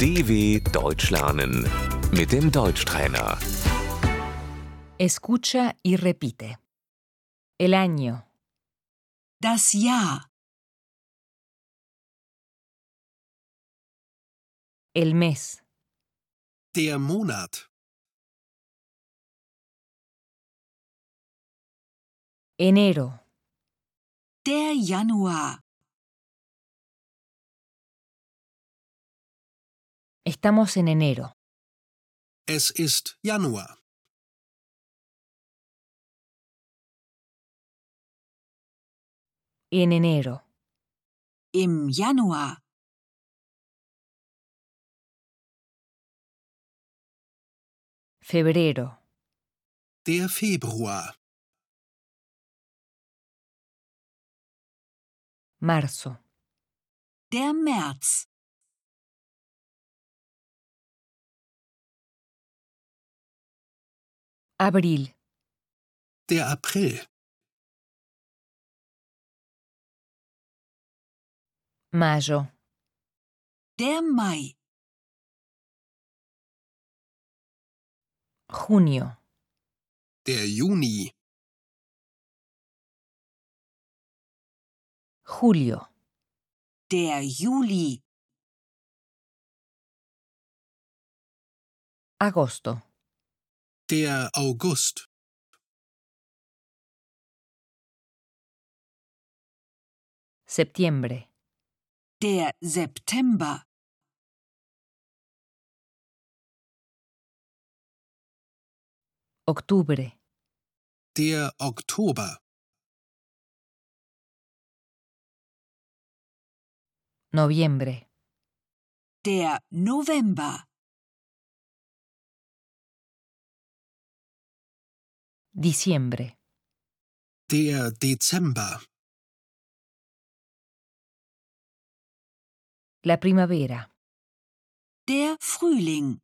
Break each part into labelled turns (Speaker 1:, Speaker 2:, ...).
Speaker 1: DW Deutsch lernen mit dem Deutschtrainer.
Speaker 2: Escucha y repite. El año,
Speaker 3: Das Jahr,
Speaker 2: el mes,
Speaker 4: Der Monat.
Speaker 2: enero,
Speaker 3: der Januar,
Speaker 2: estamos en enero,
Speaker 4: Es ist Januar.
Speaker 2: en enero,
Speaker 3: im Januar,
Speaker 2: febrero,
Speaker 4: Der Februar.
Speaker 2: marzo,
Speaker 3: der März,
Speaker 2: abril,
Speaker 4: Der April.
Speaker 2: mayo,
Speaker 3: der er Mai,
Speaker 2: junio,
Speaker 4: Der Juni.
Speaker 2: julio,
Speaker 3: der er Juli,
Speaker 2: agosto,
Speaker 4: Der August.
Speaker 2: septiembre,
Speaker 3: der September,
Speaker 2: octubre,
Speaker 4: Der Oktober.
Speaker 2: noviembre,
Speaker 3: der November,
Speaker 2: diciembre,
Speaker 4: Der Dezember.
Speaker 2: la primavera,
Speaker 3: der Frühling,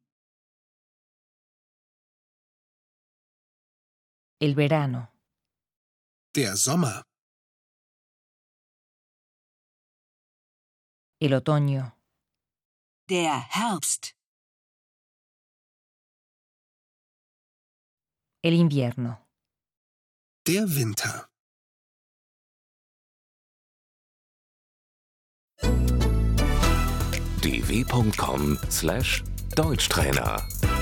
Speaker 2: el verano,
Speaker 4: Der Sommer.
Speaker 2: el otoño,
Speaker 3: der Herbst,
Speaker 2: el invierno,
Speaker 4: Der Winter.
Speaker 1: dw.com/deutschtrainer